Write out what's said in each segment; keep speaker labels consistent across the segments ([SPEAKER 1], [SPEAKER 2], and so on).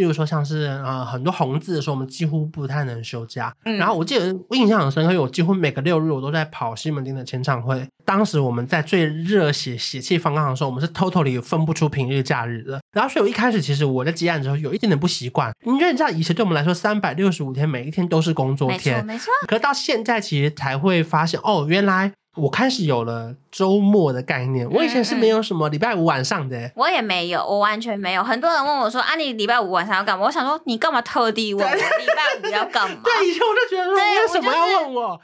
[SPEAKER 1] 例如说像是呃很多红字的时候，我们几乎不太能休假。
[SPEAKER 2] 嗯
[SPEAKER 1] 然后我记得我印象很深刻，因为我几乎每个六日我都在跑西门町的签唱会。当时我们在最热血、血气方刚的时候，我们是 totally 分不出平日假日的。然后所以我一开始其实我在接案的时候有一点点不习惯，因为像以前对我们来说，三百六十五天每一天都是工作
[SPEAKER 2] 没错
[SPEAKER 1] 天，
[SPEAKER 2] 没错，
[SPEAKER 1] 可到现在其实才会发现，哦，原来我开始有了周末的概念。我以前是
[SPEAKER 2] 嗯
[SPEAKER 1] 没有什么礼拜五晚上的、
[SPEAKER 2] 我也没有，我完全没有。很多人问我说：“啊，你礼拜五晚上要干嘛？”我想说，你干嘛特地问我礼拜五要干 嘛？
[SPEAKER 1] 对，以前我就觉得说，
[SPEAKER 2] 对
[SPEAKER 1] 为什么要
[SPEAKER 2] 我就是
[SPEAKER 1] 问我？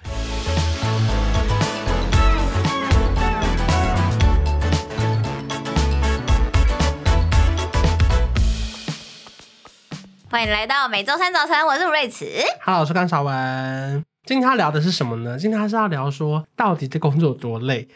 [SPEAKER 2] 欢迎来到每周三早晨，我是吴瑞慈。
[SPEAKER 1] Hello，我是甘少文。今天要聊的是什么呢？今天他是要聊说，到底这工作有多累？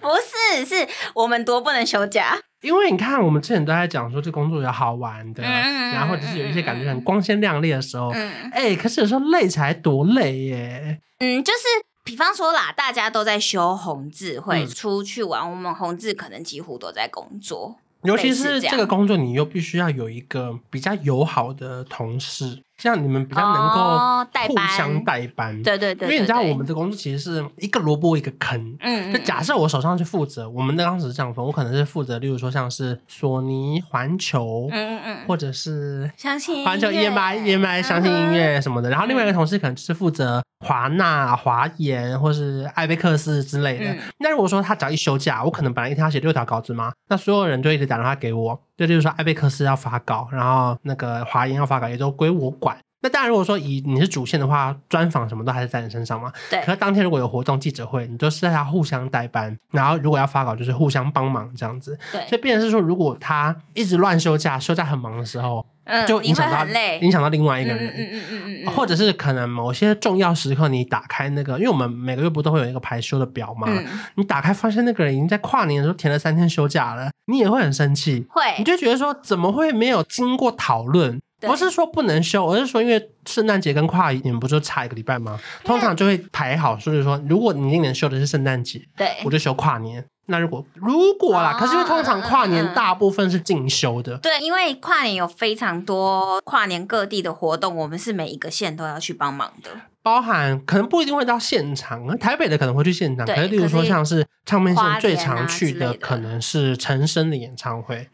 [SPEAKER 2] 不是，是我们多不能休假。
[SPEAKER 1] 因为你看，我们之前都在讲说，这工作有好玩的，
[SPEAKER 2] 嗯嗯嗯
[SPEAKER 1] 然后就是有一些感觉很光鲜亮丽的时候。
[SPEAKER 2] 嗯
[SPEAKER 1] 哎、可是有时候累才多累耶！
[SPEAKER 2] 嗯，就是比方说啦，大家都在休红字会
[SPEAKER 1] 嗯
[SPEAKER 2] 出去玩，我们红字可能几乎都在工作。
[SPEAKER 1] 尤其是
[SPEAKER 2] 类似这样
[SPEAKER 1] 这个工作，你又必须要有一个比较友好的同事，这样你们比较能够
[SPEAKER 2] 哦代
[SPEAKER 1] 互
[SPEAKER 2] 班
[SPEAKER 1] 相代班。
[SPEAKER 2] 对对对对
[SPEAKER 1] 因为你知道，
[SPEAKER 2] 对
[SPEAKER 1] 我们的工作其实是一个萝卜一个坑。
[SPEAKER 2] 嗯，
[SPEAKER 1] 就假设我手上是负责，我们当时是这样分，我可能是负责，例如说像是索尼、环球，
[SPEAKER 2] 嗯嗯嗯，
[SPEAKER 1] 或者是
[SPEAKER 2] 相信
[SPEAKER 1] 环球
[SPEAKER 2] 音乐嗯
[SPEAKER 1] EMI、EMI E 相信音，乐什么的。然后另外一个同事可能是负责华纳、啊华研或是艾贝克斯之类的
[SPEAKER 2] 嗯。
[SPEAKER 1] 那如果说他只要一休假，我可能本来一天要写六条稿子嘛，那所有人就一直打电话给我，就例如说艾贝克斯要发稿，然后那个华研要发稿，也都归我管。那当然，如果说以你是主线的话，专访什么都还是在你身上嘛。
[SPEAKER 2] 对
[SPEAKER 1] 可是当天如果有活动记者会，你就是要互相代班，然后如果要发稿，就是互相帮忙这样子。
[SPEAKER 2] 对
[SPEAKER 1] 所以变成是说，如果他一直乱休假，休假很忙的时候，
[SPEAKER 2] 嗯，
[SPEAKER 1] 就
[SPEAKER 2] 你
[SPEAKER 1] 影
[SPEAKER 2] 会
[SPEAKER 1] 响到
[SPEAKER 2] 很累，
[SPEAKER 1] 影响到另外一
[SPEAKER 2] 嗯
[SPEAKER 1] 个
[SPEAKER 2] 嗯
[SPEAKER 1] 人。啊哦
[SPEAKER 2] 嗯嗯嗯嗯嗯，
[SPEAKER 1] 或者是可能某些重要时刻，你打开那个，因为我们每个月不都会有一个排休的表嘛，
[SPEAKER 2] 嗯
[SPEAKER 1] 你打开发现那个人已经在跨年的时候填了三天休假了，你也会很生气，你
[SPEAKER 2] 会
[SPEAKER 1] 就觉得说怎么会没有经过讨论？
[SPEAKER 2] 对
[SPEAKER 1] 不是说不能休，而是说因为圣诞节跟跨年不就差一个礼拜吗？通常就会排好，所以说如果你今年休的是圣诞节，
[SPEAKER 2] 对
[SPEAKER 1] 我就休跨年。那如果如果啦，
[SPEAKER 2] 哦
[SPEAKER 1] 可是因为通常跨
[SPEAKER 2] 嗯嗯
[SPEAKER 1] 年
[SPEAKER 2] 嗯
[SPEAKER 1] 大部分是进修的，
[SPEAKER 2] 对，因为跨年有非常多跨年各地的活动，我们是每一个县都要去帮忙的。
[SPEAKER 1] 包含可能不一定会到现场，台北的可能会去现场，
[SPEAKER 2] 对
[SPEAKER 1] 可是例如说
[SPEAKER 2] 可是
[SPEAKER 1] 像是唱片
[SPEAKER 2] 花
[SPEAKER 1] 线
[SPEAKER 2] 莲
[SPEAKER 1] 最
[SPEAKER 2] 啊
[SPEAKER 1] 常去
[SPEAKER 2] 之类
[SPEAKER 1] 的
[SPEAKER 2] 的
[SPEAKER 1] 可能是陈升的演唱 会，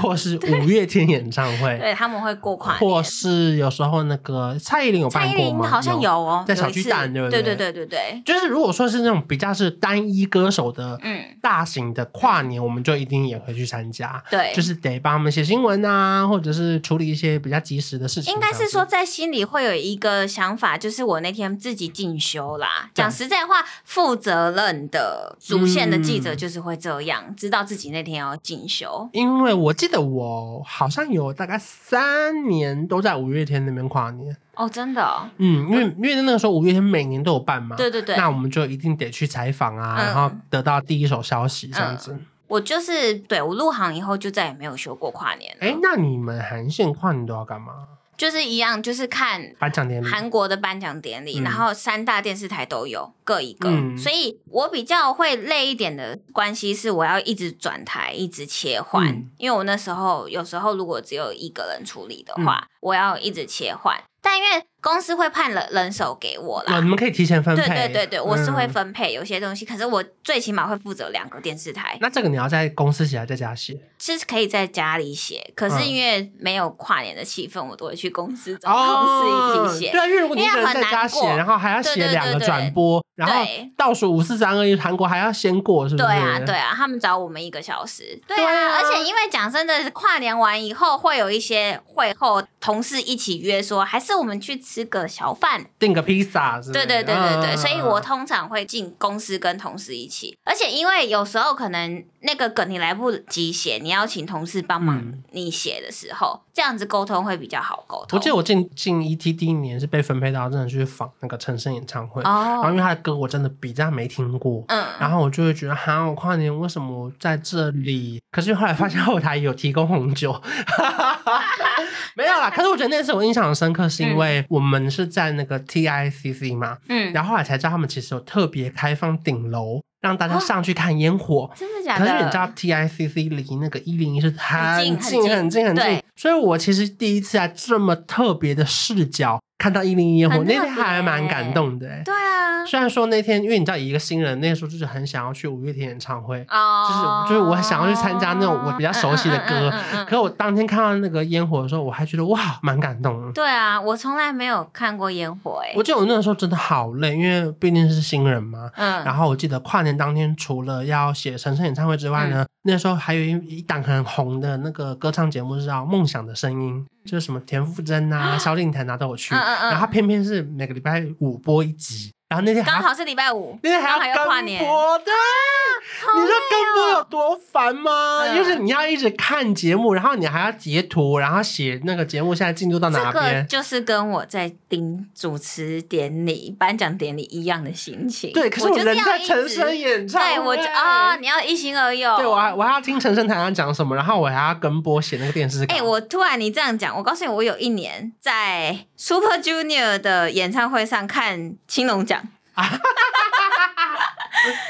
[SPEAKER 1] 或是五月天演唱会，
[SPEAKER 2] 对，他们会过跨
[SPEAKER 1] 或
[SPEAKER 2] 年。
[SPEAKER 1] 是有时候那个蔡依林有
[SPEAKER 2] 蔡
[SPEAKER 1] 办
[SPEAKER 2] 依
[SPEAKER 1] 过
[SPEAKER 2] 林
[SPEAKER 1] 吗？
[SPEAKER 2] 好像有。哦，
[SPEAKER 1] 在
[SPEAKER 2] 有
[SPEAKER 1] 小
[SPEAKER 2] 一
[SPEAKER 1] 巨
[SPEAKER 2] 次
[SPEAKER 1] 蛋对不
[SPEAKER 2] 对
[SPEAKER 1] 对
[SPEAKER 2] 对对对对，
[SPEAKER 1] 就是如果说是那种比较是单一歌手的
[SPEAKER 2] 嗯，
[SPEAKER 1] 大型的跨年，我们就一定也会去参加，
[SPEAKER 2] 对，
[SPEAKER 1] 就是得帮他们写新闻啊，或者是处理一些比较及时的事情。
[SPEAKER 2] 应该
[SPEAKER 1] 这样
[SPEAKER 2] 是
[SPEAKER 1] 子
[SPEAKER 2] 说，在心里会有一个想法，就是我那天自己进修啦。讲实在话，负责任的主线的记者
[SPEAKER 1] 嗯
[SPEAKER 2] 就是会这样，知道自己那天要进修。
[SPEAKER 1] 因为我记得我好像有大概三年都在五月天那边跨年，
[SPEAKER 2] 哦，真的、哦，
[SPEAKER 1] 嗯，因为因为那个时候五月天每年都有办嘛，
[SPEAKER 2] 对对对，
[SPEAKER 1] 啊那我们就一定得去采访啊，
[SPEAKER 2] 嗯
[SPEAKER 1] 然后得到第一手消息这样子。
[SPEAKER 2] 我就是对我入行以后就再也没有休过跨年了，
[SPEAKER 1] 哎、那你们韩线跨年都要干嘛？
[SPEAKER 2] 就是一样，就是看
[SPEAKER 1] 颁奖典礼？
[SPEAKER 2] 韩国的颁奖典礼，
[SPEAKER 1] 嗯
[SPEAKER 2] 然后三大电视台都有各一个，
[SPEAKER 1] 嗯
[SPEAKER 2] 所以我比较会累一点的关系是我要一直转台，一直切换，
[SPEAKER 1] 嗯
[SPEAKER 2] 因为我那时候有时候如果只有一个人处理
[SPEAKER 1] 嗯
[SPEAKER 2] 的话，我要一直切换，但因为公司会派人人手给我
[SPEAKER 1] 哦，
[SPEAKER 2] 啦。
[SPEAKER 1] 你们可以提前分
[SPEAKER 2] 对
[SPEAKER 1] 配。
[SPEAKER 2] 对对对，我是会
[SPEAKER 1] 嗯
[SPEAKER 2] 分配有些东西，可是我最起码会负责两个电视台，
[SPEAKER 1] 那这个你要在公司写，还是在家写？
[SPEAKER 2] 是可以在家里写，可是
[SPEAKER 1] 嗯
[SPEAKER 2] 因为没有跨年的气氛，我都会去公司找同事一起写。
[SPEAKER 1] 对啊，因为如果你一个
[SPEAKER 2] 因为
[SPEAKER 1] 人
[SPEAKER 2] 很
[SPEAKER 1] 在家
[SPEAKER 2] 难
[SPEAKER 1] 写，
[SPEAKER 2] 过
[SPEAKER 1] 然后还要
[SPEAKER 2] 对
[SPEAKER 1] 写
[SPEAKER 2] 对
[SPEAKER 1] 两
[SPEAKER 2] 对
[SPEAKER 1] 个
[SPEAKER 2] 对
[SPEAKER 1] 转播，然后
[SPEAKER 2] 对
[SPEAKER 1] 倒数五四三二一，韩国还要先过，是不是？
[SPEAKER 2] 对啊，对啊，他们找我们一个小时。对
[SPEAKER 1] 对啊
[SPEAKER 2] 啊，而且因为讲真的，跨年完以后会有一些会后同事一起约说，还是我们去吃个小饭。
[SPEAKER 1] 订个披萨之类
[SPEAKER 2] 对
[SPEAKER 1] 的，
[SPEAKER 2] 对对对对，
[SPEAKER 1] 嗯
[SPEAKER 2] 所以我通常会进公司跟同事一起，而且因为有时候可能那个梗你来不及写，你要请同事帮忙
[SPEAKER 1] 嗯
[SPEAKER 2] 你写的时候，这样子沟通会比较好沟通。
[SPEAKER 1] 我记得我进进 ET 第一年是被分配到真的去访那个陈升演唱会，然后
[SPEAKER 2] 哦，
[SPEAKER 1] 因为他的歌我真的比较没听过。
[SPEAKER 2] 嗯，
[SPEAKER 1] 然后我就会觉得，哈，我跨年为什么在这里？可是后来发现后台有提供红酒， 没有啦。可是我觉得那次我印象很深刻，是因为我们是在那个 TICC 嘛，
[SPEAKER 2] 嗯，
[SPEAKER 1] 然后后来才知道他们其实有特别开放顶楼，让
[SPEAKER 2] 哦
[SPEAKER 1] 大家上去看烟火。
[SPEAKER 2] 真的假
[SPEAKER 1] 可
[SPEAKER 2] 的？
[SPEAKER 1] 是你知道 TICC 离那个一零一是很
[SPEAKER 2] 近很
[SPEAKER 1] 近
[SPEAKER 2] 近
[SPEAKER 1] 很近很近
[SPEAKER 2] 对，
[SPEAKER 1] 所以我其实第一次在这么特别的视角看到一零一烟火，
[SPEAKER 2] 很
[SPEAKER 1] 那
[SPEAKER 2] 特
[SPEAKER 1] 天还蛮
[SPEAKER 2] 别
[SPEAKER 1] 感动的、欸。
[SPEAKER 2] 对啊，
[SPEAKER 1] 虽然说那天，因为你知道，以一个新人，那时候就是很想要去五月天演唱会，
[SPEAKER 2] 哦，
[SPEAKER 1] 就是就是我想要去参加那种我比较熟悉的歌
[SPEAKER 2] 嗯嗯嗯嗯嗯嗯
[SPEAKER 1] 可我当天看到那个烟火的时候，我还觉得哇，蛮感动的。
[SPEAKER 2] 对啊，我从来没有看过烟火哎、
[SPEAKER 1] 我记得我那个时候真的好累，因为毕竟是新人嘛。
[SPEAKER 2] 嗯，
[SPEAKER 1] 然后我记得跨年当天，除了要写神圣演唱会之外
[SPEAKER 2] 嗯
[SPEAKER 1] 呢，那时候还有一一档很红的那个歌唱节目，是叫《梦想的声音》，就是什么田馥甄啊、萧敬腾啊都有去。
[SPEAKER 2] 嗯嗯嗯
[SPEAKER 1] 然后它偏偏是每个礼拜五播一集，然后那天还要
[SPEAKER 2] 刚好是礼拜五，
[SPEAKER 1] 那天
[SPEAKER 2] 刚好
[SPEAKER 1] 还要
[SPEAKER 2] 要
[SPEAKER 1] 跟
[SPEAKER 2] 跨年，啊
[SPEAKER 1] 播，对，你知道跟播有多烦吗？
[SPEAKER 2] 哦嗯
[SPEAKER 1] 就是你要一直看节目，然后你还要截图，然后写那个节目现在进度到哪
[SPEAKER 2] 这个
[SPEAKER 1] 边。
[SPEAKER 2] 就是跟我在盯主持典礼、颁奖典礼一样的心情。
[SPEAKER 1] 对，可是
[SPEAKER 2] 我就是
[SPEAKER 1] 人
[SPEAKER 2] 要
[SPEAKER 1] 在
[SPEAKER 2] 一
[SPEAKER 1] 陈
[SPEAKER 2] 直
[SPEAKER 1] 升演唱会，
[SPEAKER 2] 对我就啊、你要一心二用。
[SPEAKER 1] 对我还我还要听陈升台上讲什么，然后我还要跟播写那个电视稿。
[SPEAKER 2] 哎、我突然你这样讲，我告诉你，我有一年在 Super Junior 的演唱会上看青龙 奖。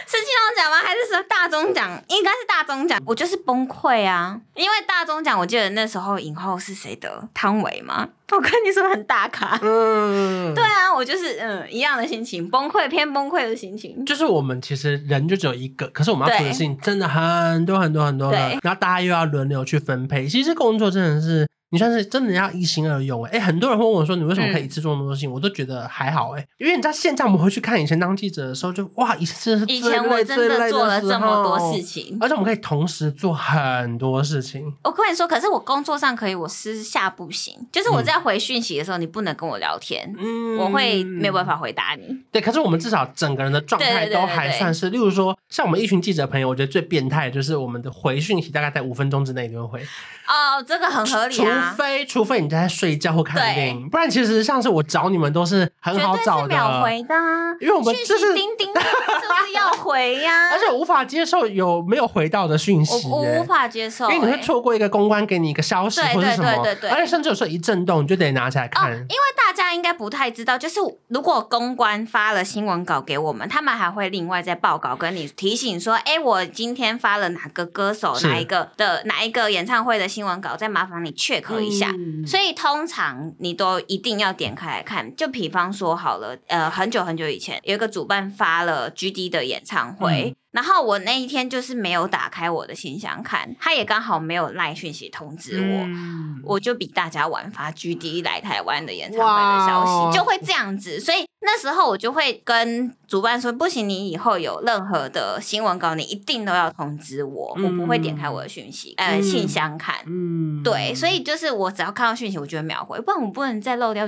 [SPEAKER 2] 是青龙奖吗？还是什么大钟奖？应该是大钟奖。我就是崩溃啊！因为大钟奖，我记得那时候影后是谁得？汤唯吗？我跟你说很大咖。
[SPEAKER 1] 嗯，
[SPEAKER 2] 对。啊，我就是嗯一样的心情，崩溃偏崩溃的心情。
[SPEAKER 1] 就是我们其实人就只有一个，可是我们要处理的
[SPEAKER 2] 对
[SPEAKER 1] 事情真的很多很多很多了
[SPEAKER 2] 对，
[SPEAKER 1] 然后大家又要轮流去分配。其实这工作真的是，你算是真的要一心二用、欸。哎、很多人会问我说，你为什么可以一次做那么多事情？我都觉得还好哎、因为你知道现在我们回去看以前当记者的时候就，哇，一次是最
[SPEAKER 2] 以前我
[SPEAKER 1] 累
[SPEAKER 2] 真
[SPEAKER 1] 最累
[SPEAKER 2] 的
[SPEAKER 1] 的
[SPEAKER 2] 做了这么多事
[SPEAKER 1] 情，
[SPEAKER 2] 情，
[SPEAKER 1] 而且我们可以同时做很多事情。
[SPEAKER 2] 我跟你说，可是我工作上可以，我私下不行。就是我在回讯息的时候，你不能跟我聊天，
[SPEAKER 1] 嗯
[SPEAKER 2] 我会没有办。法回答你。
[SPEAKER 1] 对，可是我们至少整个人的状态
[SPEAKER 2] 对对对
[SPEAKER 1] 都还算是，例如说，像我们一群记者朋友，我觉得最变态的就是我们的回讯息大概在五分钟之内就会回，
[SPEAKER 2] 哦，这个很合理啊
[SPEAKER 1] 除，非除非你在睡觉或看
[SPEAKER 2] 对
[SPEAKER 1] 电影，不然其实像是我找你们都是很
[SPEAKER 2] 绝
[SPEAKER 1] 好
[SPEAKER 2] 对
[SPEAKER 1] 找
[SPEAKER 2] 是秒
[SPEAKER 1] 的，
[SPEAKER 2] 回的啊。
[SPEAKER 1] 因为我们
[SPEAKER 2] 讯息
[SPEAKER 1] 就是，
[SPEAKER 2] 叮叮，是不是要回呀、
[SPEAKER 1] 而且我无法接受有没有回到的讯息、
[SPEAKER 2] 我我无
[SPEAKER 1] 耶
[SPEAKER 2] 法接受、
[SPEAKER 1] 因为你会
[SPEAKER 2] 欸
[SPEAKER 1] 错过一个公关给你一个消息
[SPEAKER 2] 对
[SPEAKER 1] 或者
[SPEAKER 2] 对
[SPEAKER 1] 什么，
[SPEAKER 2] 对对对
[SPEAKER 1] 而且甚至有时候一震动你就得拿起来
[SPEAKER 2] 哦，
[SPEAKER 1] 看，
[SPEAKER 2] 因为大家应该不太知道，就是如果公关发了新闻稿给我们，他们还会另外再报告跟你提醒说，哎，我今天发了哪个歌手
[SPEAKER 1] 是
[SPEAKER 2] 哪一个的哪一个演唱会的新闻稿，再麻烦你 check 一下。
[SPEAKER 1] 嗯
[SPEAKER 2] 所以通常你都一定要点开来看，就比方说好了，呃，很久很久以前有一个主办发了 GD 的演唱会，
[SPEAKER 1] 嗯
[SPEAKER 2] 然后我那一天就是没有打开我的信箱看，他也刚好没有赖讯息通知我，
[SPEAKER 1] 嗯
[SPEAKER 2] 我就比大家晚发 GD 来台湾的演唱会的消
[SPEAKER 1] 哇哦
[SPEAKER 2] 息，就会这样子。所以那时候我就会跟主办说，不行，你以后有任何的新闻稿，你一定都要通知我，
[SPEAKER 1] 嗯
[SPEAKER 2] 我不会点开我的讯息，呃，
[SPEAKER 1] 嗯
[SPEAKER 2] 信箱看。
[SPEAKER 1] 嗯
[SPEAKER 2] 对，所以就是我只要看到讯息，我就会秒回，不然我不能再漏掉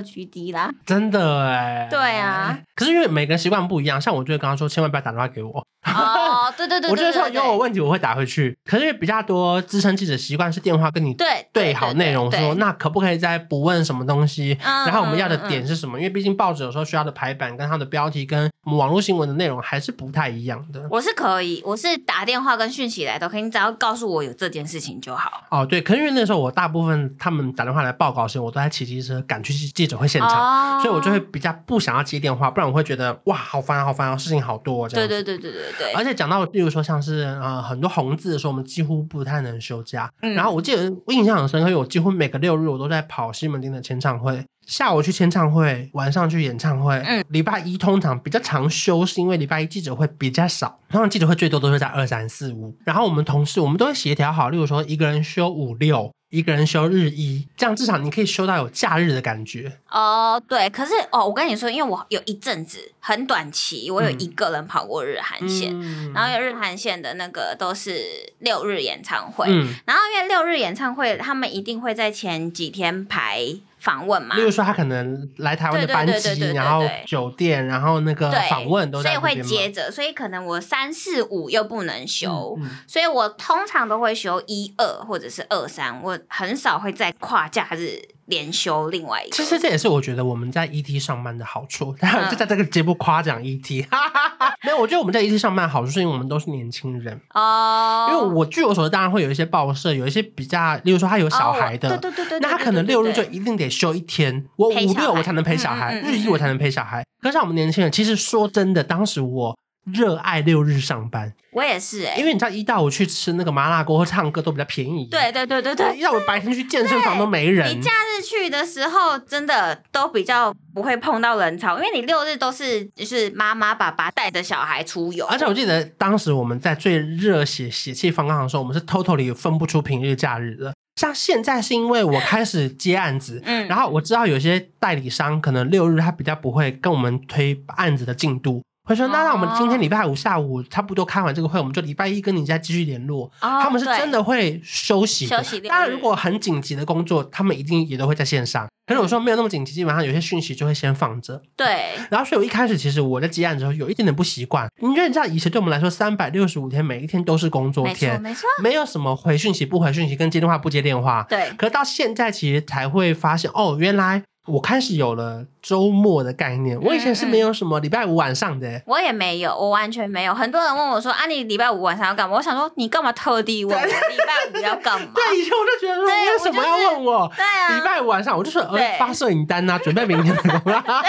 [SPEAKER 2] GD 啦。
[SPEAKER 1] 真的哎、
[SPEAKER 2] 对啊，
[SPEAKER 1] 可是因为每个人习惯不一样，像我就会跟他说，千万不要打电话给我。
[SPEAKER 2] 哦，对对对
[SPEAKER 1] 我就
[SPEAKER 2] 对
[SPEAKER 1] 会说
[SPEAKER 2] 对
[SPEAKER 1] 有我
[SPEAKER 2] 对，
[SPEAKER 1] 问题我会打回去。可是比较多资深记者习惯是电话跟你
[SPEAKER 2] 对
[SPEAKER 1] 对好内容，
[SPEAKER 2] 对
[SPEAKER 1] 说那可不可以再补问什么东西？
[SPEAKER 2] 嗯
[SPEAKER 1] 然后我们要
[SPEAKER 2] 嗯
[SPEAKER 1] 的
[SPEAKER 2] 嗯
[SPEAKER 1] 点是什么？因为毕竟报纸有时候需要的排版跟它的标题跟我们网络新闻的内容还是不太一样的。
[SPEAKER 2] 我是可以，我是打电话跟讯息来都可以，你只要告诉我有这件事情就好。
[SPEAKER 1] 哦，对，可是因为那时候我大部分他们打电话来报告时，我都在骑机车赶去记记者会现场，
[SPEAKER 2] 哦
[SPEAKER 1] 所以我就会比较不想要接电话，不然我会觉得哇好烦啊好烦啊，事情好多、哦、这样
[SPEAKER 2] 对
[SPEAKER 1] 子。啊
[SPEAKER 2] 对对对对对，
[SPEAKER 1] 而且讲到，例如说像是呃很多红字的时候，我们几乎不太能休假。
[SPEAKER 2] 嗯
[SPEAKER 1] 然后我记得我印象很深刻，因为我几乎每个六日我都在跑西门町的签唱会，下午去签唱会，晚上去演唱会。
[SPEAKER 2] 嗯，
[SPEAKER 1] 礼拜一通常比较常休，是因为礼拜一记者会比较少，通常记者会最多都是在二三四五。然后我们同事我们都会协调好，例如说一个人休五六。一个人休日一，这样至少你可以休到有假日的感觉。
[SPEAKER 2] 哦，对，可是哦，我跟你说，因为我有一阵子很短期，我有一个人跑过日韩线，
[SPEAKER 1] 嗯
[SPEAKER 2] 然后有日韩线的那个都是六日演唱会，
[SPEAKER 1] 嗯，
[SPEAKER 2] 然后因为六日演唱会，他们一定会在前几天排访问嘛
[SPEAKER 1] 例，如说他可能来台湾的
[SPEAKER 2] 对对
[SPEAKER 1] 班
[SPEAKER 2] 对对
[SPEAKER 1] 机
[SPEAKER 2] 对，对
[SPEAKER 1] 然后
[SPEAKER 2] 对
[SPEAKER 1] 酒店，然后那个
[SPEAKER 2] 对，
[SPEAKER 1] 访问都
[SPEAKER 2] 所
[SPEAKER 1] 在
[SPEAKER 2] 以
[SPEAKER 1] 那
[SPEAKER 2] 会
[SPEAKER 1] 边嘛
[SPEAKER 2] 接着，所以可能我三四五又不能休。
[SPEAKER 1] 嗯
[SPEAKER 2] 所以我通常都会休一二或者是二三，我很少会在跨假日连休另外一个。
[SPEAKER 1] 其实这也是我觉得我们在 ET 上班的好处，然
[SPEAKER 2] 嗯
[SPEAKER 1] 后就在这个节目夸奖 ET，哈哈哈。没有，我觉得我们在 ET 上班的好处是因为我们都是年轻人，
[SPEAKER 2] 哦，
[SPEAKER 1] 因为我据我所知，当然会有一些报社，有一些比较，例如说他有小
[SPEAKER 2] 哦我
[SPEAKER 1] 孩的，
[SPEAKER 2] 对对对对，
[SPEAKER 1] 那他
[SPEAKER 2] 对
[SPEAKER 1] 可能
[SPEAKER 2] 对对
[SPEAKER 1] 六日
[SPEAKER 2] 对
[SPEAKER 1] 就一定得休一天，我
[SPEAKER 2] 陪
[SPEAKER 1] 五
[SPEAKER 2] 小
[SPEAKER 1] 六我
[SPEAKER 2] 孩
[SPEAKER 1] 才能陪小
[SPEAKER 2] 嗯
[SPEAKER 1] 孩，
[SPEAKER 2] 嗯嗯
[SPEAKER 1] 日一我才能陪小孩。可是像我们年轻人，其实说真的，当时我。热爱六日上班，
[SPEAKER 2] 我也是哎、
[SPEAKER 1] 因为你知道一到五去吃那个麻辣锅或唱歌都比较便宜。
[SPEAKER 2] 对对对对对，
[SPEAKER 1] 一到五白天去健身房都没人
[SPEAKER 2] 你。假日去的时候，真的都比较不会碰到人潮，因为你六日都是就是妈妈爸爸带着小孩出游，
[SPEAKER 1] 而且我记得当时我们在最热血血气方刚的时候，我们是 totally 分不出平日假日的。像现在是因为我开始接案子，
[SPEAKER 2] 嗯，
[SPEAKER 1] 然后我知道有些代理商可能六日他比较不会跟我们推案子的进度，会说那
[SPEAKER 2] 哦
[SPEAKER 1] 让我们今天礼拜五下午差不多开完这个会，我们就礼拜一跟你再继续联络。
[SPEAKER 2] 哦
[SPEAKER 1] 他们是
[SPEAKER 2] 对
[SPEAKER 1] 真的会休息的
[SPEAKER 2] 休息六日
[SPEAKER 1] 当然如果很紧急的工作，他们一定也都会在线上。可是我说没有那么紧急，基本上有些讯息就会先放着。
[SPEAKER 2] 对
[SPEAKER 1] 然后，所以我一开始其实我在接案的时候有一点点不习惯，因为你知道以前对我们来说，三百六十五天每一天都是工作
[SPEAKER 2] 没错
[SPEAKER 1] 天，
[SPEAKER 2] 没错，
[SPEAKER 1] 没有什么回讯息不回讯息跟接电话不接电话。
[SPEAKER 2] 对
[SPEAKER 1] 可是到现在其实才会发现，哦，原来我开始有了周末的概念。我以前
[SPEAKER 2] 嗯
[SPEAKER 1] 是没有什么礼拜五晚上的、欸
[SPEAKER 2] 我也没有，我完全没有。很多人问我说啊，你礼拜五晚上要干嘛？我想说你干嘛特地问我礼拜五要干嘛？
[SPEAKER 1] 对，以啊前我就觉得说，
[SPEAKER 2] 对
[SPEAKER 1] 为什么要问我？
[SPEAKER 2] 对啊，
[SPEAKER 1] 礼拜五晚上我就说，呃
[SPEAKER 2] 对，
[SPEAKER 1] 发摄影单呐、啊准备明 天的工啦。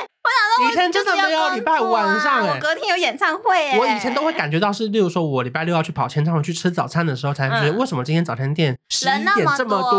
[SPEAKER 1] 以前真的没有礼拜五晚上哎、
[SPEAKER 2] 啊我隔天有演唱会、欸，
[SPEAKER 1] 我以前都会感觉到是，例如说我礼拜六要去跑签唱会去吃早餐的时候，才觉得
[SPEAKER 2] 嗯
[SPEAKER 1] 为什么今天早餐店十一
[SPEAKER 2] 人那
[SPEAKER 1] 点
[SPEAKER 2] 么
[SPEAKER 1] 这么
[SPEAKER 2] 多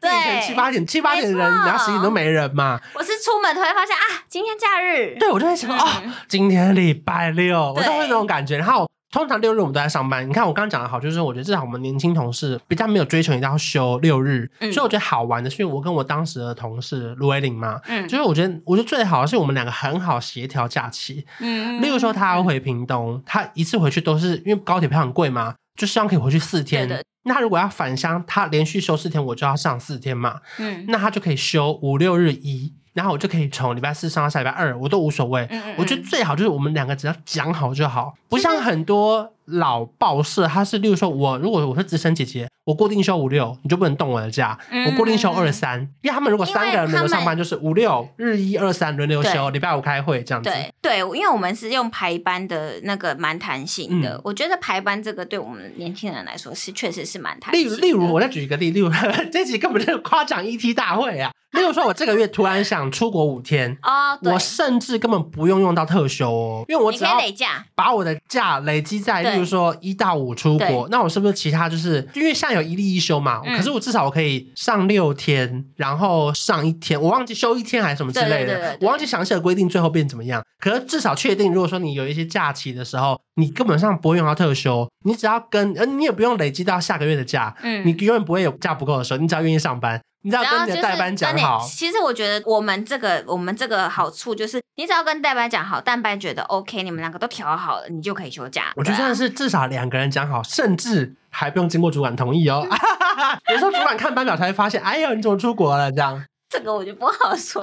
[SPEAKER 1] 多？因为以
[SPEAKER 2] 对
[SPEAKER 1] 前七八点七八点人，
[SPEAKER 2] 没错
[SPEAKER 1] 然后十一点都没人嘛。
[SPEAKER 2] 我是出门才会发现啊，今天假日，
[SPEAKER 1] 对，我就在想
[SPEAKER 2] 嗯
[SPEAKER 1] 哦，今天礼拜六，我
[SPEAKER 2] 对
[SPEAKER 1] 都会有那种感觉。然后通常六日我们都在上班。你看我刚刚讲的好，就是我觉得至少我们年轻同事比较没有追求一定要休六日，
[SPEAKER 2] 嗯
[SPEAKER 1] 所以我觉得好玩的是，因为我跟我当时的同事卢伟林嘛。
[SPEAKER 2] 嗯
[SPEAKER 1] 就是我觉得，我觉得最好的是我们两个很好协调假期，
[SPEAKER 2] 嗯
[SPEAKER 1] 例如说他要回屏东，他一次回去都是因为高铁票很贵嘛，就希望可以回去四天。
[SPEAKER 2] 对对
[SPEAKER 1] 那他如果要返乡，他连续休四天，我就要上四天嘛，
[SPEAKER 2] 嗯
[SPEAKER 1] 那他就可以休五六日一，然后我就可以从礼拜四上到下礼拜二，我都无所谓。
[SPEAKER 2] 嗯
[SPEAKER 1] 我觉得最好就是我们两个只要讲好就好，不像很多老报社，他是例如说我如果我是资深姐姐，我固定休五六，你就不能动我的假，
[SPEAKER 2] 嗯
[SPEAKER 1] 我固定休二三，因为他们如果三个人轮
[SPEAKER 2] 因
[SPEAKER 1] 流
[SPEAKER 2] 为他们
[SPEAKER 1] 上班，就是五六日一二三轮流休，
[SPEAKER 2] 对
[SPEAKER 1] 礼拜五开会这样子。
[SPEAKER 2] 对对，因为我们是用排班的那个蛮弹性的，
[SPEAKER 1] 嗯
[SPEAKER 2] 我觉得排班这个对我们年轻人来说是确实是嗯蛮弹
[SPEAKER 1] 例
[SPEAKER 2] 性
[SPEAKER 1] 如，
[SPEAKER 2] 的。
[SPEAKER 1] 例如，我再举一个例，例如 这集根本就是夸奖 ET 大会啊。例如说，我这个月突然想出国五天，
[SPEAKER 2] 哦， 对
[SPEAKER 1] 我，甚至根本不用用到特休哦，因为我
[SPEAKER 2] 你
[SPEAKER 1] 只
[SPEAKER 2] 可
[SPEAKER 1] 要
[SPEAKER 2] 以累假，
[SPEAKER 1] 把我的假累积在，
[SPEAKER 2] 对
[SPEAKER 1] 例如说一到五出国
[SPEAKER 2] 对，
[SPEAKER 1] 那我是不是其他就是因为现在有一例一休嘛？
[SPEAKER 2] 嗯
[SPEAKER 1] 可是我至少我可以上六天，然后上一天，我忘记休一天还是什么之类
[SPEAKER 2] 对对对
[SPEAKER 1] 的
[SPEAKER 2] 对，对
[SPEAKER 1] 我忘记详细的规定最后变怎么样。可是至少确定，如果说你有一些假期的时候，你根本上不会用到特休，你只要跟，呃，你也不用累积到下个月的假，
[SPEAKER 2] 嗯，
[SPEAKER 1] 你永远不会有假不够的时候，你只要愿意上班，你只要
[SPEAKER 2] 然后
[SPEAKER 1] 跟
[SPEAKER 2] 就
[SPEAKER 1] 你的
[SPEAKER 2] 是
[SPEAKER 1] 代班讲
[SPEAKER 2] 跟你
[SPEAKER 1] 好。
[SPEAKER 2] 其实我觉得我们这个我们这个好处就是，你只要跟代班讲好，代班觉得 OK，你们两个都调好了，你就可以休假。
[SPEAKER 1] 我觉得
[SPEAKER 2] 对
[SPEAKER 1] 真
[SPEAKER 2] 啊
[SPEAKER 1] 的是至少两个人讲好，甚至还不用经过主管同意 哦。有时候主管看班表才会发现，哎呦，你怎么出国了？这样，
[SPEAKER 2] 这个我就不好 说。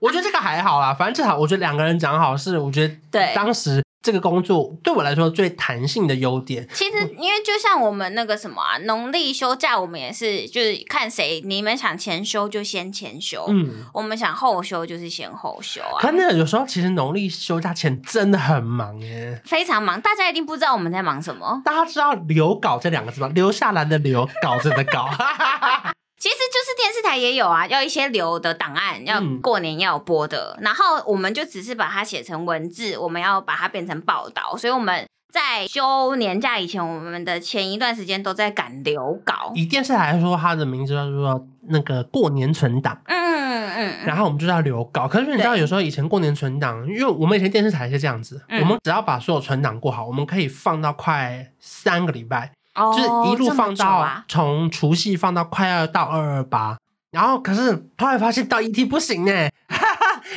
[SPEAKER 1] 我觉得这个还好啦，反正至少我觉得两个人讲好是，我觉得
[SPEAKER 2] 对
[SPEAKER 1] 当时这个工作对我来说最弹性的优点。
[SPEAKER 2] 其实，因为就像我们那个什么啊，农历休假，我们也是就是看谁，你们想前休就先前休，
[SPEAKER 1] 嗯，
[SPEAKER 2] 我们想后休就是先后休啊
[SPEAKER 1] 可，能有时候其实农历休假前真的很忙耶。
[SPEAKER 2] 非常忙，大家一定不知道我们在忙什么。
[SPEAKER 1] 大家知道“留稿”这两个字吗？留下来的留，稿子的稿。
[SPEAKER 2] 其实就是电视台也有啊，要一些留的档案，要
[SPEAKER 1] 嗯
[SPEAKER 2] 过年要播的，然后我们就只是把它写成文字，我们要把它变成报道，所以我们在休年假以前，我们的前一段时间都在赶留稿。
[SPEAKER 1] 以电视台来说，它的名字叫做那个过年存档。
[SPEAKER 2] 嗯嗯嗯，
[SPEAKER 1] 然后我们就是要留稿。可是你知道，
[SPEAKER 2] 对
[SPEAKER 1] 有时候以前过年存档，因为我们以前电视台是这样子，
[SPEAKER 2] 嗯
[SPEAKER 1] 我们只要把所有存档过好，我们可以放到快三个礼拜，
[SPEAKER 2] 哦
[SPEAKER 1] 就是一路
[SPEAKER 2] 这么
[SPEAKER 1] 放
[SPEAKER 2] 久
[SPEAKER 1] 到、
[SPEAKER 2] 啊
[SPEAKER 1] 从除夕放到快要到二二八。然后可是后来发现到 ET 不行欸呢、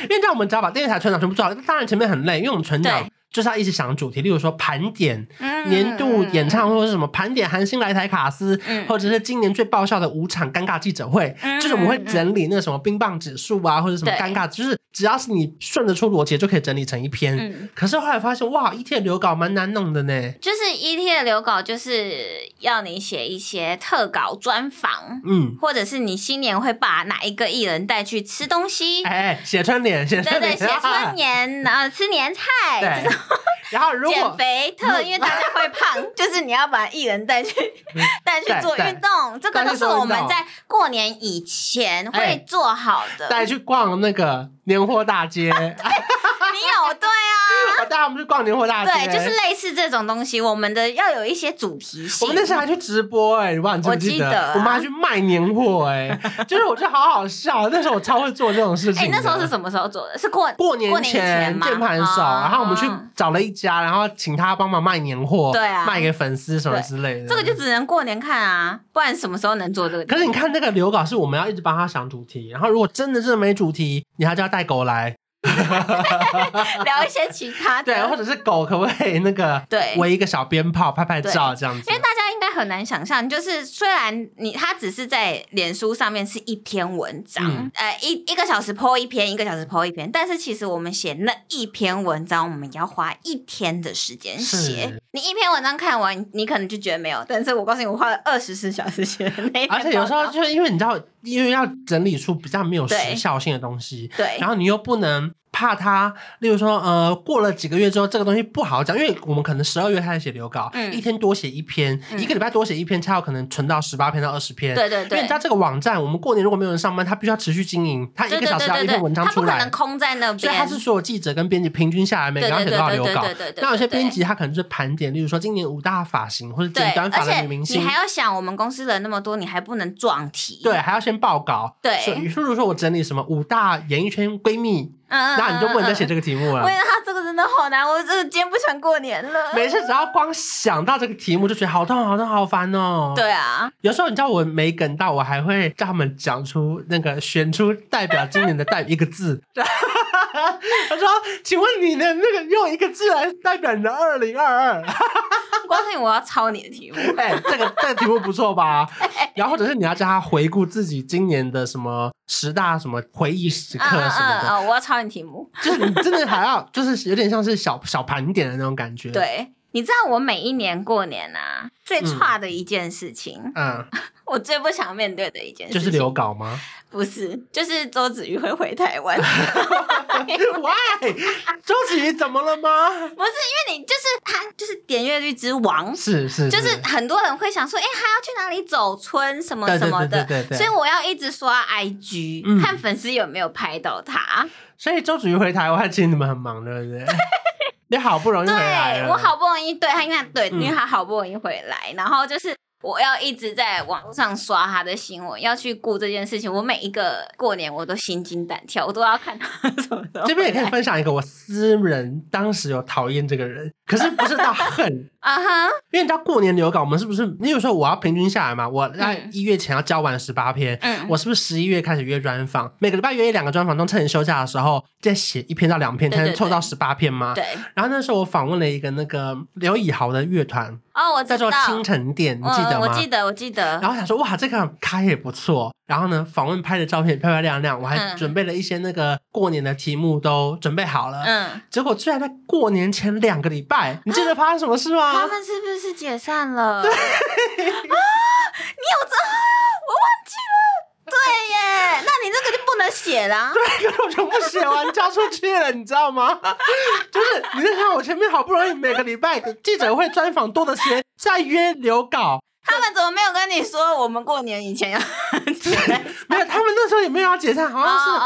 [SPEAKER 1] 因为这样我们只要把电视台存档全部做好，当然前面很累，因为我们存档
[SPEAKER 2] 对
[SPEAKER 1] 就是要一直想主题，例如说盘点
[SPEAKER 2] 嗯
[SPEAKER 1] 年度演唱
[SPEAKER 2] 会，
[SPEAKER 1] 会或是什么盘点韩星来台卡斯，
[SPEAKER 2] 嗯
[SPEAKER 1] 或者是今年最爆笑的五场尴尬记者会，
[SPEAKER 2] 嗯
[SPEAKER 1] 就是我们会整理那个什么冰棒指数啊，或者什么
[SPEAKER 2] 对
[SPEAKER 1] 尴尬，就是只要是你顺着出逻辑就可以整理成一篇。
[SPEAKER 2] 嗯，
[SPEAKER 1] 可是后来发现，哇，一天留稿蛮难弄的呢。
[SPEAKER 2] 就是 ET 的留稿，就是要你写一些特稿专访。
[SPEAKER 1] 嗯，
[SPEAKER 2] 或者是你新年会把哪一个艺人带去吃东西？
[SPEAKER 1] 哎、写春联，写
[SPEAKER 2] 对
[SPEAKER 1] 春
[SPEAKER 2] 对，
[SPEAKER 1] 联，
[SPEAKER 2] 写 春联，然后吃年菜，
[SPEAKER 1] 对
[SPEAKER 2] 这种。
[SPEAKER 1] 然后如
[SPEAKER 2] 减
[SPEAKER 1] 果
[SPEAKER 2] 肥特，因为大家会 胖，就是你要把艺人带去带去做
[SPEAKER 1] 嗯对
[SPEAKER 2] 运动，这个都是我们在过年以前
[SPEAKER 1] 哎
[SPEAKER 2] 会做好的。
[SPEAKER 1] 带去逛那个年货大街，
[SPEAKER 2] 你有对啊？
[SPEAKER 1] 我带他们去逛年货大街，
[SPEAKER 2] 对，就是类似这种东西，我们的要有一些主题
[SPEAKER 1] 我
[SPEAKER 2] 性。
[SPEAKER 1] 们那时候还去直播哎、你不知道你记不
[SPEAKER 2] 我记
[SPEAKER 1] 得？
[SPEAKER 2] 得啊
[SPEAKER 1] 我们还去卖年货哎、 就是我觉得好好笑，那时候我超会做这种事情
[SPEAKER 2] 哎、
[SPEAKER 1] 的。
[SPEAKER 2] 那时候是什么时候做的？是过
[SPEAKER 1] 过
[SPEAKER 2] 年过
[SPEAKER 1] 年前
[SPEAKER 2] 吗？
[SPEAKER 1] 键盘手，
[SPEAKER 2] 哦
[SPEAKER 1] 然后我们去找了一家，然后请他帮忙卖年货，
[SPEAKER 2] 对啊
[SPEAKER 1] 卖给粉丝什么之类的。
[SPEAKER 2] 这个就只能过年看啊，不然什么时候能做这个？
[SPEAKER 1] 可是你看那个留稿是我们要一直帮他想主题，然后如果真的是没主题，你还就要带狗 来，
[SPEAKER 2] 聊一些其他的，
[SPEAKER 1] 对，或者是狗可不可以那个
[SPEAKER 2] 对
[SPEAKER 1] 围一个小鞭炮拍拍照这样子
[SPEAKER 2] 因为？大家应该很难想象，就是虽然你他只是在脸书上面是一篇文章，
[SPEAKER 1] 嗯
[SPEAKER 2] 呃，一一个小时 po 一篇，一个小时 po 一篇，但是其实我们写那一篇文章，我们要花一天的时间写
[SPEAKER 1] 是。
[SPEAKER 2] 你一篇文章看完，你可能就觉得没有，但是我告诉你，我花了二十四小时写的那一篇
[SPEAKER 1] 而且有时
[SPEAKER 2] 报
[SPEAKER 1] 候
[SPEAKER 2] 道
[SPEAKER 1] 就是因为你知道，因为要整理出比较没有时效性的东西，
[SPEAKER 2] 对
[SPEAKER 1] 然后你又不能怕它，例如说，呃，过了几个月之后，这个东西不好讲，因为我们可能十二月开始写留稿，
[SPEAKER 2] 嗯
[SPEAKER 1] 一天多写一篇，
[SPEAKER 2] 嗯
[SPEAKER 1] 一个礼拜多写一篇，才有可能存到十八篇到二十篇。
[SPEAKER 2] 对对
[SPEAKER 1] 因为
[SPEAKER 2] 对
[SPEAKER 1] 人。家这个网站，我们过年如果没有人上班，他必须要持续经营，他一
[SPEAKER 2] 对
[SPEAKER 1] 个
[SPEAKER 2] 对
[SPEAKER 1] 小时要
[SPEAKER 2] 对
[SPEAKER 1] 一
[SPEAKER 2] 对
[SPEAKER 1] 篇文
[SPEAKER 2] 对，
[SPEAKER 1] 章
[SPEAKER 2] 他不
[SPEAKER 1] 出
[SPEAKER 2] 可能
[SPEAKER 1] 来，
[SPEAKER 2] 空在那
[SPEAKER 1] 所以
[SPEAKER 2] 边
[SPEAKER 1] 他。是所有记者跟编辑平均下来，每个
[SPEAKER 2] 对
[SPEAKER 1] 人要
[SPEAKER 2] 对
[SPEAKER 1] 写多少留
[SPEAKER 2] 对对对
[SPEAKER 1] 稿
[SPEAKER 2] 对。对对。
[SPEAKER 1] 那有些
[SPEAKER 2] 对
[SPEAKER 1] 编辑他可能就是盘点，例如说今年五大发型或者
[SPEAKER 2] 对，
[SPEAKER 1] 剪短
[SPEAKER 2] 而
[SPEAKER 1] 发
[SPEAKER 2] 且
[SPEAKER 1] 的女明
[SPEAKER 2] 你
[SPEAKER 1] 星，
[SPEAKER 2] 还要想，我们公司人那么多，你还不能撞题。
[SPEAKER 1] 对，还要先报告。
[SPEAKER 2] 对
[SPEAKER 1] 所以比如说我整理什么五大演艺圈闺蜜，
[SPEAKER 2] 嗯，嗯嗯，
[SPEAKER 1] 那你就不能再写
[SPEAKER 2] 嗯
[SPEAKER 1] 这个题目
[SPEAKER 2] 我
[SPEAKER 1] 了
[SPEAKER 2] 觉。得他这个真的好难，我真的今天不想过年了。
[SPEAKER 1] 每次只要光想到这个题目，就觉得好痛、好痛、好烦哦。，
[SPEAKER 2] 对啊，
[SPEAKER 1] 有时候你知道我没梗到，我还会叫他们讲出那个选出代表今年的代一个字。他说：“请问你的那个用一个字来代表你的二零二二？
[SPEAKER 2] 光是我要抄你的 题目，
[SPEAKER 1] 哎，这个这个题目不错 吧？然后或者是你要叫他回顾自己今年的什么十大什么回忆时刻
[SPEAKER 2] 嗯嗯
[SPEAKER 1] 什么
[SPEAKER 2] 嗯
[SPEAKER 1] 的，
[SPEAKER 2] 嗯，我要抄你题目。
[SPEAKER 1] 就是你真的还要，就是有点像是小小盘点的那种感觉。，
[SPEAKER 2] 对，你知道我每一年过年啊，最差的一件事情，
[SPEAKER 1] 嗯，
[SPEAKER 2] 我最不想面对的一件事
[SPEAKER 1] 就
[SPEAKER 2] 情，
[SPEAKER 1] 是留稿吗
[SPEAKER 2] 不是，就是周子瑜会回台湾。
[SPEAKER 1] ？Why？周子瑜怎么了吗？
[SPEAKER 2] 不是因为你就是他，就是点阅率之王，
[SPEAKER 1] 是是，
[SPEAKER 2] 就是很多人会想说，哎、他要去哪里走村什么
[SPEAKER 1] 对
[SPEAKER 2] 什
[SPEAKER 1] 对
[SPEAKER 2] 么
[SPEAKER 1] 对
[SPEAKER 2] 的
[SPEAKER 1] 对，对对。
[SPEAKER 2] 所以我要一直刷 IG，、
[SPEAKER 1] 嗯
[SPEAKER 2] 看粉丝有没有拍到他。
[SPEAKER 1] 所以周子瑜回台湾，其实你们很忙，对不 对？你好不容易回来
[SPEAKER 2] 对
[SPEAKER 1] 了，
[SPEAKER 2] 我好不容易对他，你看，对，
[SPEAKER 1] 嗯
[SPEAKER 2] 因为他好不容易回来，然后就是。我要一直在网络上刷他的新闻，要去顾这件事情。我每一个过年我都心惊胆跳，我都要看他什么时候回来。
[SPEAKER 1] 这边也可以分享一个我私人当时有讨厌这个人，可是不是到 恨，
[SPEAKER 2] 啊哈，
[SPEAKER 1] 因为你知道过年留稿，我们是不是？你有时候我要平均下来嘛，我在
[SPEAKER 2] 嗯
[SPEAKER 1] 一月前要交完十八篇，
[SPEAKER 2] 嗯，
[SPEAKER 1] 我是不是十一月开始约专访？每个礼拜约一两个专访，中趁你休假的时候再写一篇到两篇，
[SPEAKER 2] 对对
[SPEAKER 1] 才能凑到
[SPEAKER 2] 对
[SPEAKER 1] 十八篇吗？
[SPEAKER 2] 对，
[SPEAKER 1] 然后那时候我访问了一个那个刘以豪的乐团，
[SPEAKER 2] 哦，我
[SPEAKER 1] 叫
[SPEAKER 2] 知
[SPEAKER 1] 做
[SPEAKER 2] 道，
[SPEAKER 1] 清晨店，你记得
[SPEAKER 2] 嗯，我
[SPEAKER 1] 吗？
[SPEAKER 2] 记得，我记得，
[SPEAKER 1] 然后想说哇，这个开也不错。然后呢，访问拍的照片也漂漂亮亮，我还
[SPEAKER 2] 嗯
[SPEAKER 1] 准备了一些那个过年的题目都准备好了。
[SPEAKER 2] 嗯，
[SPEAKER 1] 结果居然在过年前两个礼拜，你记得发生什么事吗？
[SPEAKER 2] 他们是不是解散了？对，啊，你有这，我忘记了，对耶，那你这个就不能写啦。
[SPEAKER 1] 对，可是我全部写完交出去了，你知道吗？ 就是你在看我前面好不容易每个礼拜的记者会专访多的些，再约留稿，
[SPEAKER 2] 他们怎么没有跟你说我们过年以前要 解散？
[SPEAKER 1] 没有，他们那时候也没有要解散，好像是。
[SPEAKER 2] 哦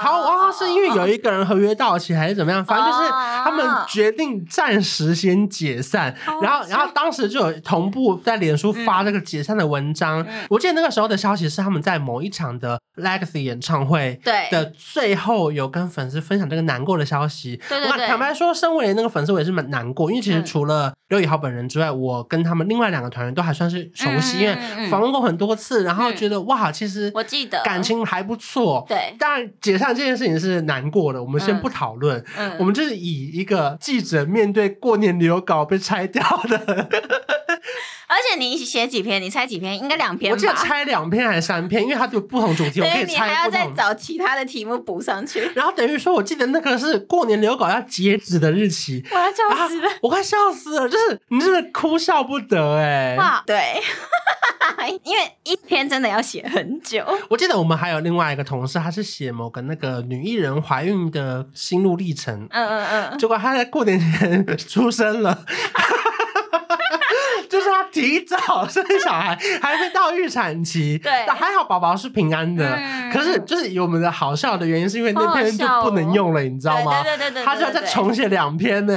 [SPEAKER 1] 好，好像是因为有一个人合约到期还是怎么样，反正就是他们决定暂时先解散
[SPEAKER 2] 哦。嗯
[SPEAKER 1] 然后，然后当时就有同步在脸书发这个解散的文章。我记得那个时候的消息是他们在某一场的 Legacy 演唱会
[SPEAKER 2] 对
[SPEAKER 1] 的最后有跟粉丝分享这个难过的消息。
[SPEAKER 2] 对对
[SPEAKER 1] 我
[SPEAKER 2] 对
[SPEAKER 1] 坦白说，身为那个粉丝，我也是蛮难过，因为其实
[SPEAKER 2] 嗯
[SPEAKER 1] 除了刘以豪本人之外，我跟他们另外两个团员都还算是熟悉，
[SPEAKER 2] 嗯
[SPEAKER 1] 因为
[SPEAKER 2] 嗯嗯
[SPEAKER 1] 访问过很多次，然后
[SPEAKER 2] 嗯
[SPEAKER 1] 觉得哇，其实
[SPEAKER 2] 我记得
[SPEAKER 1] 感情还不错。
[SPEAKER 2] 对，
[SPEAKER 1] 但解散这件事情是难过的，我们先不讨论。
[SPEAKER 2] 嗯，
[SPEAKER 1] 我们就是以一个记者面对过年留稿被拆掉 的，
[SPEAKER 2] 而且你写几篇，你猜几篇？应该两篇
[SPEAKER 1] 我记得
[SPEAKER 2] 吧？
[SPEAKER 1] 拆两篇还是三篇，因为它就不同主题，我可
[SPEAKER 2] 对，
[SPEAKER 1] 以
[SPEAKER 2] 你还
[SPEAKER 1] 拆
[SPEAKER 2] 要
[SPEAKER 1] 不
[SPEAKER 2] 再
[SPEAKER 1] 同。
[SPEAKER 2] 找其他的题目补上去，
[SPEAKER 1] 然后等于说，我记得那个是过年留稿要截止的日期，
[SPEAKER 2] 我要
[SPEAKER 1] 啊
[SPEAKER 2] 笑死了。，
[SPEAKER 1] 我快笑死了，就是你真的哭笑不得哎、
[SPEAKER 2] 哇，对， 因为一篇真的要写很久。
[SPEAKER 1] 我记得我们还有另外一个同事，他是写某个那个女艺人怀孕的心路历程，
[SPEAKER 2] 嗯嗯 嗯，
[SPEAKER 1] 结果他在过年前出生了。就就是他提早生小孩，还没到预产期。
[SPEAKER 2] 对
[SPEAKER 1] 但还好宝宝是平安的。
[SPEAKER 2] 嗯
[SPEAKER 1] 可是就是有我们的好笑的原因，是因为那篇就
[SPEAKER 2] 好好笑哦
[SPEAKER 1] 不能用了，你知道吗？
[SPEAKER 2] 对对对对对，
[SPEAKER 1] 他就要
[SPEAKER 2] 对
[SPEAKER 1] 再
[SPEAKER 2] 对
[SPEAKER 1] 重写两篇呢、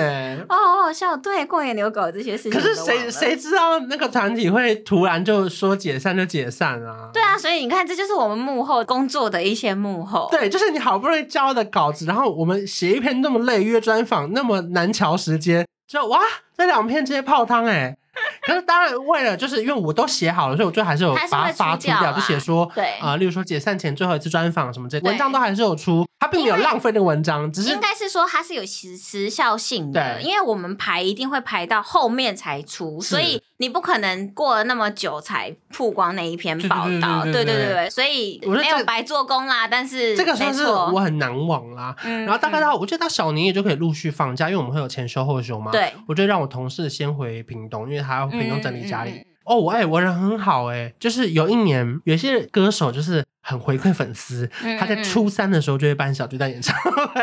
[SPEAKER 2] 哦，好好笑，对，过眼留狗这些事情
[SPEAKER 1] 可是
[SPEAKER 2] 都忘
[SPEAKER 1] 谁
[SPEAKER 2] 了
[SPEAKER 1] 谁知道那个团体会突然就说解散就解散啊？
[SPEAKER 2] 对啊，所以你看，这就是我们幕后工作的一些幕后。
[SPEAKER 1] 对，就是你好不容易交的稿子，然后我们写一篇那么累，约专访那么难瞧时间，就哇，这两篇直接泡汤哎、可是当然，为了就是因为我都写好了，所以我最后还是有
[SPEAKER 2] 还是
[SPEAKER 1] 把它
[SPEAKER 2] 会
[SPEAKER 1] 发
[SPEAKER 2] 出
[SPEAKER 1] 出
[SPEAKER 2] 掉
[SPEAKER 1] 掉，
[SPEAKER 2] 啦
[SPEAKER 1] 就写说
[SPEAKER 2] 对
[SPEAKER 1] 啊、例如说解散前最后一次专访什么这些，
[SPEAKER 2] 对
[SPEAKER 1] 文章都还是有出，它并没有
[SPEAKER 2] 因为
[SPEAKER 1] 浪费那个文章，只是
[SPEAKER 2] 应该是说它是有时时效性的，
[SPEAKER 1] 对
[SPEAKER 2] 因为我们排一定会排到后面才出，
[SPEAKER 1] 是
[SPEAKER 2] 所以你不可能过了那么久才曝光那一篇报道。
[SPEAKER 1] 对对对
[SPEAKER 2] 对
[SPEAKER 1] 对
[SPEAKER 2] 对
[SPEAKER 1] 对
[SPEAKER 2] 对，所以
[SPEAKER 1] 我觉得
[SPEAKER 2] 没有
[SPEAKER 1] 这
[SPEAKER 2] 白做工啦。但是
[SPEAKER 1] 这个算
[SPEAKER 2] 没
[SPEAKER 1] 是
[SPEAKER 2] 错
[SPEAKER 1] 我很难忘啦。
[SPEAKER 2] 嗯
[SPEAKER 1] 然后大概到我觉得到小年夜就可以陆续放假，因为我们会有前休后休嘛。
[SPEAKER 2] 嗯，对，
[SPEAKER 1] 我就让我同事先回屏东，因为他要
[SPEAKER 2] 嗯
[SPEAKER 1] 屏东整理家里。
[SPEAKER 2] 嗯嗯
[SPEAKER 1] 哦，我哎、我人很好哎、就是有一年有些歌手就是很回馈粉丝，
[SPEAKER 2] 嗯
[SPEAKER 1] 他在初三的时候就会办小巨蛋演唱会。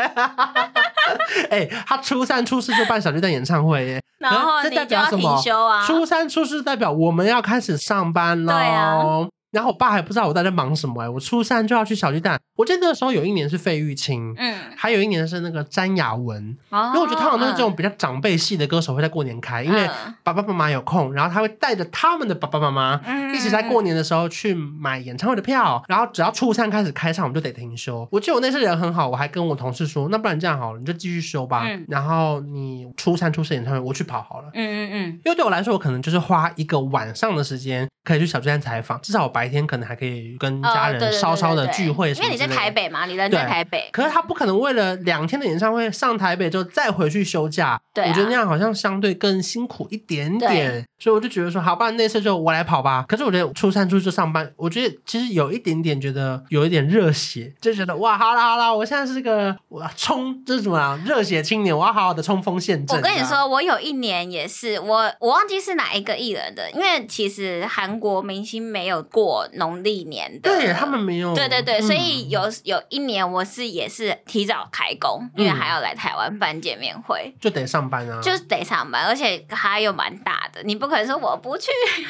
[SPEAKER 1] 哎、他初三、初四就办小巨蛋演唱会耶，
[SPEAKER 2] 然后
[SPEAKER 1] 这
[SPEAKER 2] 你
[SPEAKER 1] 代
[SPEAKER 2] 就
[SPEAKER 1] 表
[SPEAKER 2] 要
[SPEAKER 1] 什
[SPEAKER 2] 停
[SPEAKER 1] 么
[SPEAKER 2] 休啊。
[SPEAKER 1] 初三、初四代表我们要开始上班喽。
[SPEAKER 2] 对啊
[SPEAKER 1] 然后我爸还不知道我在这忙什么哎、我初三就要去小巨蛋。我记得那时候有一年是费玉清，
[SPEAKER 2] 嗯，哦
[SPEAKER 1] 还有一年是那个詹雅雯，
[SPEAKER 2] 因
[SPEAKER 1] 因为我觉得通常都是这种比较长辈系的歌手会在过年开，因为
[SPEAKER 2] 嗯
[SPEAKER 1] 爸爸妈妈有空，然后他会带着他们的爸爸妈妈
[SPEAKER 2] 嗯
[SPEAKER 1] 一起在过
[SPEAKER 2] 年。
[SPEAKER 1] 年的时候去买演唱会的票，然后只要初三开始开唱，我们就得停休。我记得我那次人很好，我还跟我同事说，那不然这样好了，你就继续休吧
[SPEAKER 2] 嗯，
[SPEAKER 1] 然后你初三、初四演唱会我去跑好了。
[SPEAKER 2] 嗯嗯嗯，
[SPEAKER 1] 因为对我来说，我可能就是花一个晚上的时间可以去小巨蛋采访，至少我白天可能还可以跟
[SPEAKER 2] 哦
[SPEAKER 1] 家
[SPEAKER 2] 对
[SPEAKER 1] 人
[SPEAKER 2] 对对
[SPEAKER 1] 稍稍的
[SPEAKER 2] 对对
[SPEAKER 1] 聚会什
[SPEAKER 2] 因
[SPEAKER 1] 么
[SPEAKER 2] 为
[SPEAKER 1] 之类的。
[SPEAKER 2] 你在台北嘛，你人在
[SPEAKER 1] 对
[SPEAKER 2] 台北，
[SPEAKER 1] 可是他不可能为了两天的演唱会上台北之后再回去休假，
[SPEAKER 2] 对啊
[SPEAKER 1] 我觉得那样好像相对更辛苦一点点，所以我就觉得说，好吧，那次就我来跑吧。可是我觉得初三初四上班，我觉得其实有一点点觉得有一点热血，就觉得哇，好啦好啦，我现在是个我冲这是什么啊，热血青年，我要好好的冲锋陷阵。
[SPEAKER 2] 我跟你
[SPEAKER 1] 这样，
[SPEAKER 2] 说，我有一年也是，我我忘记是哪一个艺人的，因为其实韩国明星没有过农历年的，
[SPEAKER 1] 对他们没有，
[SPEAKER 2] 对对对，
[SPEAKER 1] 嗯
[SPEAKER 2] 所以有有一年我是也是提早开工，因为
[SPEAKER 1] 嗯
[SPEAKER 2] 还要来台湾办见面会。
[SPEAKER 1] 就得上班啊，
[SPEAKER 2] 就是得上班，而且他又蛮大的，你不可能说我不去，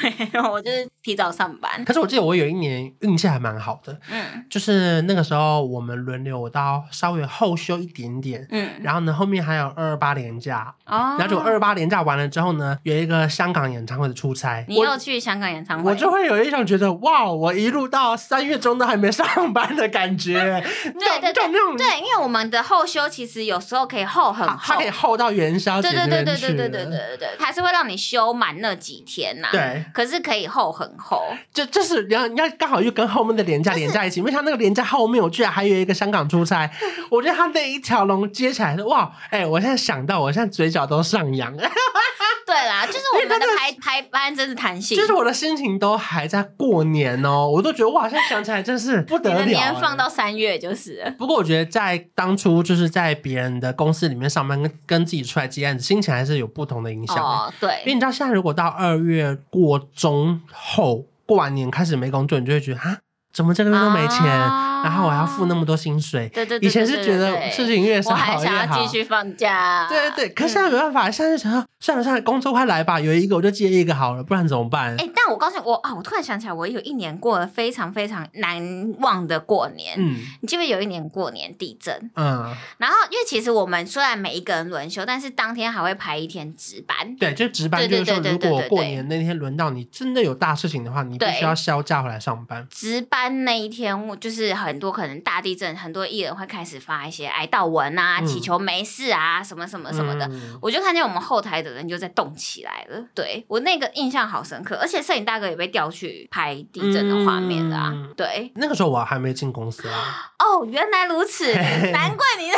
[SPEAKER 2] 我就是提早上班。
[SPEAKER 1] 可是我记得我有一年运气还蛮好的，
[SPEAKER 2] 嗯
[SPEAKER 1] 就是那个时候我们轮流，我到稍微后休一点点，
[SPEAKER 2] 嗯，
[SPEAKER 1] 然后呢，后面还有二二八连假，
[SPEAKER 2] 哦，
[SPEAKER 1] 然后就二二八连假完了之后呢，有一个香港演唱会的出差，
[SPEAKER 2] 你又
[SPEAKER 1] 我
[SPEAKER 2] 去香港演唱会，
[SPEAKER 1] 我就会有一种觉得哇，我一路到三月中都还没上班的感觉，对
[SPEAKER 2] 对对
[SPEAKER 1] 就那种
[SPEAKER 2] 对，因为我们的后休其实有时候可以后很
[SPEAKER 1] 啊
[SPEAKER 2] 后
[SPEAKER 1] 它，可以后到元宵节
[SPEAKER 2] 对对
[SPEAKER 1] 那边
[SPEAKER 2] 对对
[SPEAKER 1] 去
[SPEAKER 2] 对对对对
[SPEAKER 1] 了，
[SPEAKER 2] 对对，还是会让你休满那几天呐、
[SPEAKER 1] 对，
[SPEAKER 2] 可是可以后很后，
[SPEAKER 1] 就就是然后你要刚好又跟后面的连假连在一起，因为他那个连假后面，我居然还有一个香港出 差，我觉得他那一条龙接起来的哇，哎、我现在想到，我现在嘴角都上扬，
[SPEAKER 2] 对 啦，就是我们的排排班真是弹性，
[SPEAKER 1] 就是我的心情都还在过年哦，我都觉得哇，现在想起来真是不得
[SPEAKER 2] 你
[SPEAKER 1] 了、
[SPEAKER 2] 的年
[SPEAKER 1] 哎
[SPEAKER 2] 放到三月就是了。
[SPEAKER 1] 不过我觉得在当初就是在别人的公司里面上班，跟跟自己出来接案子，心情还是有不同的影响。
[SPEAKER 2] 哦，
[SPEAKER 1] 因为
[SPEAKER 2] 对，
[SPEAKER 1] 你知道，现在如果到二月过中后，过完年开始没工作，你就会觉得啊，怎么这个月都没钱，
[SPEAKER 2] 啊
[SPEAKER 1] 然后我还要付那么多薪水。
[SPEAKER 2] 对对
[SPEAKER 1] 以
[SPEAKER 2] 对，
[SPEAKER 1] 前是
[SPEAKER 2] 对
[SPEAKER 1] 觉
[SPEAKER 2] 对
[SPEAKER 1] 得
[SPEAKER 2] 对
[SPEAKER 1] 事情越
[SPEAKER 2] 我
[SPEAKER 1] 少
[SPEAKER 2] 还
[SPEAKER 1] 越
[SPEAKER 2] 想要
[SPEAKER 1] 好
[SPEAKER 2] 继。续嗯放假，
[SPEAKER 1] 对对对，可是现在没办法，现在就想要哦算了算了，工作快来吧，有一个我就接一个好了，不然怎么办？
[SPEAKER 2] 哎、但我告诉你，我啊，我突然想起来，我有一年过了非常非常难忘的过年。
[SPEAKER 1] 嗯
[SPEAKER 2] 你记不记得有一年过年地震？
[SPEAKER 1] 嗯，
[SPEAKER 2] 然后，因为其实我们虽然每一个人轮休，但是当天还会排一天值班。
[SPEAKER 1] 对，就值班，
[SPEAKER 2] 对
[SPEAKER 1] 就
[SPEAKER 2] 对
[SPEAKER 1] 是说，
[SPEAKER 2] 对对
[SPEAKER 1] 如
[SPEAKER 2] 对
[SPEAKER 1] 果
[SPEAKER 2] 对
[SPEAKER 1] 过
[SPEAKER 2] 对
[SPEAKER 1] 年那天轮到你真的有大事情的话，你必
[SPEAKER 2] 对
[SPEAKER 1] 须要销假回来上班。
[SPEAKER 2] 值班那一天，我就是很多可能大地震，很多艺人会开始发一些哀悼文啊，
[SPEAKER 1] 嗯
[SPEAKER 2] 祈求没事啊，什么什么什么的。
[SPEAKER 1] 嗯
[SPEAKER 2] 我就看见我们后台的人就在动起来了，对我那个印象好深刻，而且摄影大哥也被调去拍地震的画面啦、
[SPEAKER 1] 嗯
[SPEAKER 2] 对，
[SPEAKER 1] 那个时候我还没进公司啊，
[SPEAKER 2] 哦，原来如 此，难怪你。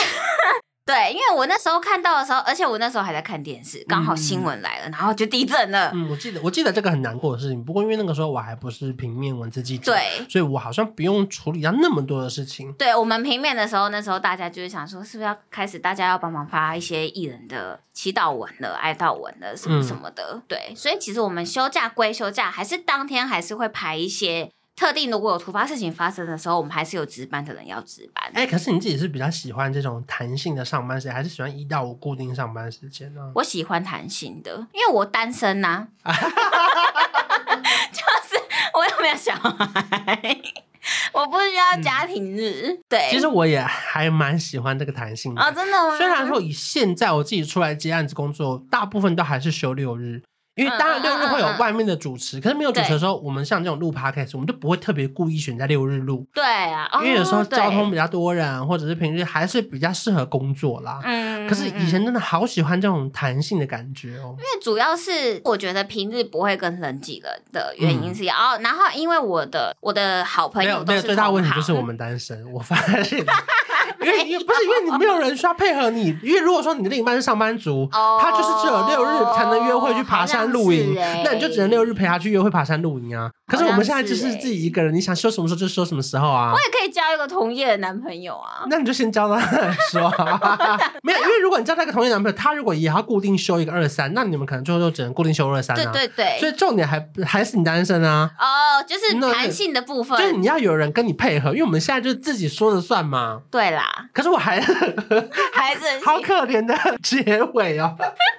[SPEAKER 2] 对，因为我那时候看到的时候，而且我那时候还在看电视，刚好新闻来了，然后就地震了。
[SPEAKER 1] 嗯，我记得我记得这个很难过的事情，不过因为那个时候我还不是平面文字记者，，
[SPEAKER 2] 对，
[SPEAKER 1] 所以我好像不用处理到那么多的事情。
[SPEAKER 2] 对我们平面的时候，那时候大家就是想说，是不是要开始大家要帮忙发一些艺人的祈祷文了、哀悼文了
[SPEAKER 1] 嗯
[SPEAKER 2] 什么什么的？对，所以其实我们休假归休假，还是当天还是会排一些特定如果有突发事情发生的时候，我们还是有值班的人要值班。
[SPEAKER 1] 哎、可是你自己是比较喜欢这种弹性的上班时间，还是喜欢一到五固定上班时间呢？
[SPEAKER 2] 我喜欢弹性的，因为我单身 呐、就是我又没有小孩，我不需要家庭日。对，
[SPEAKER 1] 嗯其实我也还蛮喜欢这个弹性的。
[SPEAKER 2] 啊、真的吗？
[SPEAKER 1] 虽然说以现在我自己出来接案子工作，大部分都还是休六日，因为当然
[SPEAKER 2] 嗯嗯
[SPEAKER 1] 六日会有
[SPEAKER 2] 嗯嗯
[SPEAKER 1] 外面的主持，可是没有主持的时候，我们像这种录 podcast，我们就不会特别故意选在六日录，
[SPEAKER 2] 对啊，
[SPEAKER 1] 因为有时候
[SPEAKER 2] 哦对
[SPEAKER 1] 交通比较多人，或者是平日还是比较适合工作啦。
[SPEAKER 2] 嗯，
[SPEAKER 1] 可是以
[SPEAKER 2] 嗯嗯
[SPEAKER 1] 前真的好喜欢这种弹性的感觉哦，
[SPEAKER 2] 因为主要是我觉得平日不会跟人挤人的原因
[SPEAKER 1] 嗯
[SPEAKER 2] 是哦，然后因为我的我的好朋
[SPEAKER 1] 没
[SPEAKER 2] 友
[SPEAKER 1] 有
[SPEAKER 2] 都
[SPEAKER 1] 没有，
[SPEAKER 2] 是
[SPEAKER 1] 最大
[SPEAKER 2] 同
[SPEAKER 1] 问题
[SPEAKER 2] 行
[SPEAKER 1] 就是我们单身，我发 现，因为因为不是因为你没有人需要配合你，因为如果说你另一半是上班族，
[SPEAKER 2] 哦，
[SPEAKER 1] 他就是只有六日才能约会去爬山露营
[SPEAKER 2] 好像是，欸
[SPEAKER 1] 那你就只能六日陪他去约会爬山露营啊。可是我们现在就是
[SPEAKER 2] 哎
[SPEAKER 1] 自己一个人，你想休什么时候就休什么时候啊
[SPEAKER 2] 我。也可以交一个同业的男朋友啊。
[SPEAKER 1] 那你就先交到他来说， 没有，因为如果你交到一个同性男朋友，他如果也要固定休一个二三，那你们可能最后就只能固定休二三
[SPEAKER 2] 对
[SPEAKER 1] 啊。
[SPEAKER 2] 对对，
[SPEAKER 1] 所以重点还还是你单身啊，
[SPEAKER 2] 哦，就是
[SPEAKER 1] 那
[SPEAKER 2] 弹性的部分，
[SPEAKER 1] 就是你要有人跟你配合，因为我们现在就是自己说了算嘛。
[SPEAKER 2] 对 啦，
[SPEAKER 1] 可是我还
[SPEAKER 2] 还是
[SPEAKER 1] 好可怜的 结尾哦。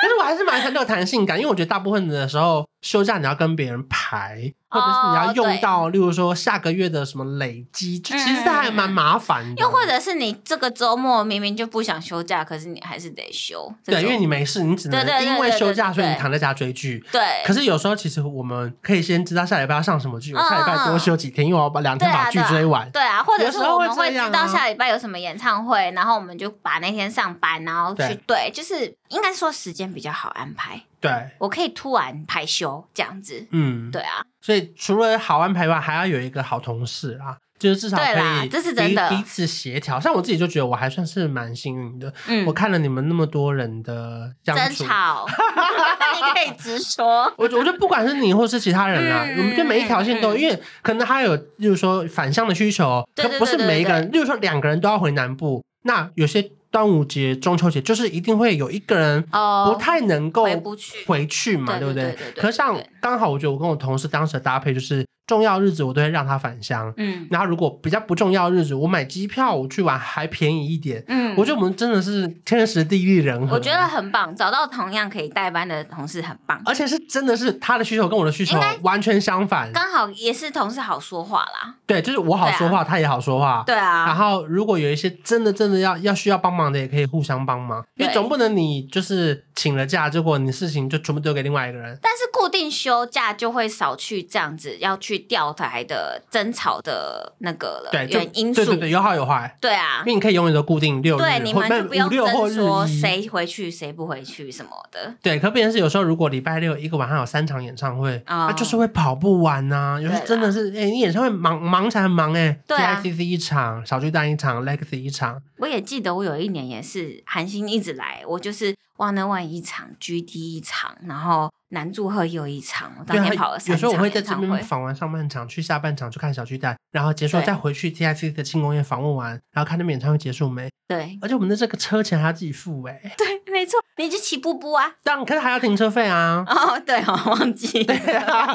[SPEAKER 1] 可是我还是蛮很有弹性感，因为我觉得大部分的时候休假你要跟别人排，或
[SPEAKER 2] 哦
[SPEAKER 1] 者是你要用到，例如说下个月的什么累积，就其实这还蛮麻烦的。
[SPEAKER 2] 又或者是你这个周末明明就不想休假，可是你还是得休，这
[SPEAKER 1] 对，因
[SPEAKER 2] 种
[SPEAKER 1] 为你没事，你只能
[SPEAKER 2] 对对对对
[SPEAKER 1] 因为休假，
[SPEAKER 2] 对对对
[SPEAKER 1] 所以你躺在家追剧。
[SPEAKER 2] 对，
[SPEAKER 1] 可是有时候其实我们可以先知道下礼拜要上什么剧，我下礼拜多休几天，因为我要把两天
[SPEAKER 2] 嗯对啊
[SPEAKER 1] 把剧追完。
[SPEAKER 2] 对啊，或者
[SPEAKER 1] 有
[SPEAKER 2] 是
[SPEAKER 1] 时候
[SPEAKER 2] 我
[SPEAKER 1] 会
[SPEAKER 2] 们会
[SPEAKER 1] 这样
[SPEAKER 2] 知
[SPEAKER 1] 啊
[SPEAKER 2] 道下礼拜有什么演唱会，然后我们就把那天上班，然后去对，就是应该说时间比较好安排，
[SPEAKER 1] 对，
[SPEAKER 2] 我可以突然排休这样子。
[SPEAKER 1] 嗯，
[SPEAKER 2] 对啊，
[SPEAKER 1] 所以除了好玩陪伴，还要有一个好同事啊，就是至少可
[SPEAKER 2] 对啦
[SPEAKER 1] 以
[SPEAKER 2] 这是真的
[SPEAKER 1] 彼彼此协调。像我自己就觉得我还算是蛮幸运的，
[SPEAKER 2] 嗯
[SPEAKER 1] 我，看了你们那么多人的相
[SPEAKER 2] 争
[SPEAKER 1] 处。
[SPEAKER 2] 吵， 你可以直说。
[SPEAKER 1] 我我觉得不管是你或是其他人啊，
[SPEAKER 2] 嗯
[SPEAKER 1] 我们对每一条线都有，
[SPEAKER 2] 嗯嗯
[SPEAKER 1] 因为可能他有，例如说反向的需求，
[SPEAKER 2] 对对
[SPEAKER 1] 可不是
[SPEAKER 2] 对对
[SPEAKER 1] 每一个人，
[SPEAKER 2] 对
[SPEAKER 1] 例如说两个人都要回南部，那有些端午节、中秋节就是一定会有一个人
[SPEAKER 2] 哦，
[SPEAKER 1] 不太能够
[SPEAKER 2] 回不去
[SPEAKER 1] 回去嘛，
[SPEAKER 2] 对
[SPEAKER 1] 不
[SPEAKER 2] 对对对对
[SPEAKER 1] 可像
[SPEAKER 2] 对
[SPEAKER 1] 刚好，我觉得我跟我同事当时的搭配就是重要日子我都会让他返乡，
[SPEAKER 2] 嗯
[SPEAKER 1] 然后如果比较不重要的日子，我买机票我去玩还便宜一点。
[SPEAKER 2] 嗯，
[SPEAKER 1] 我觉得我们真的是天时地利人和，
[SPEAKER 2] 我觉得很棒，找到同样可以代班的同事很棒，
[SPEAKER 1] 而且是真的是他的需求跟我的需求
[SPEAKER 2] 应该
[SPEAKER 1] 完全相反，
[SPEAKER 2] 刚好也是同事好说话啦。
[SPEAKER 1] 对，就是我好说话，他也好说话。
[SPEAKER 2] 啊对
[SPEAKER 1] 然
[SPEAKER 2] 啊，
[SPEAKER 1] 后，如果有一些真的真的要要需要帮忙的，也可以互相帮忙，因为
[SPEAKER 2] 对
[SPEAKER 1] 总不能你就是请了假，结果你事情就全部丢给另外一个人。
[SPEAKER 2] 但是固定休假就会少去这样子要去调台的争吵的那个了，
[SPEAKER 1] 对，就
[SPEAKER 2] 原因
[SPEAKER 1] 对
[SPEAKER 2] 素，
[SPEAKER 1] 对对，有好有坏。
[SPEAKER 2] 对啊
[SPEAKER 1] 因，为你可以永远都固定六日，
[SPEAKER 2] 对，你
[SPEAKER 1] 或
[SPEAKER 2] 们
[SPEAKER 1] 不
[SPEAKER 2] 就不
[SPEAKER 1] 五六
[SPEAKER 2] 用
[SPEAKER 1] 或
[SPEAKER 2] 争
[SPEAKER 1] 日
[SPEAKER 2] 说
[SPEAKER 1] 一。
[SPEAKER 2] 谁回去谁不回去什么的。
[SPEAKER 1] 对，可变成是有时候，如果礼拜六一个晚上有三场演唱会，
[SPEAKER 2] 哦
[SPEAKER 1] 啊，就是会跑不完呐、有时候
[SPEAKER 2] 对啦
[SPEAKER 1] 真的是，哎、你演唱会忙忙起来很忙哎、
[SPEAKER 2] 对啊
[SPEAKER 1] t i c 一场，小巨蛋一场，Legacy 一场，
[SPEAKER 2] 我也记得我有一年也是韩星一直来，我就是万能万一场，GD 一场，然后男祝贺又一场，我当
[SPEAKER 1] 啊
[SPEAKER 2] 天跑了三
[SPEAKER 1] 有时候我
[SPEAKER 2] 场
[SPEAKER 1] 会在
[SPEAKER 2] 演
[SPEAKER 1] 这
[SPEAKER 2] 唱
[SPEAKER 1] 边
[SPEAKER 2] 会。
[SPEAKER 1] 访完上半场，去下半场去看小巨蛋，然后结束
[SPEAKER 2] 对
[SPEAKER 1] 再回去 TIC 的庆功宴访问完，然后看那边演唱会结束没？
[SPEAKER 2] 对
[SPEAKER 1] 而且我们的这个车钱还要自己付哎、欸，
[SPEAKER 2] 对，没错，你就骑步步啊。，
[SPEAKER 1] 但可是还要停车费啊
[SPEAKER 2] 哦，对哦，忘记。
[SPEAKER 1] 对啊，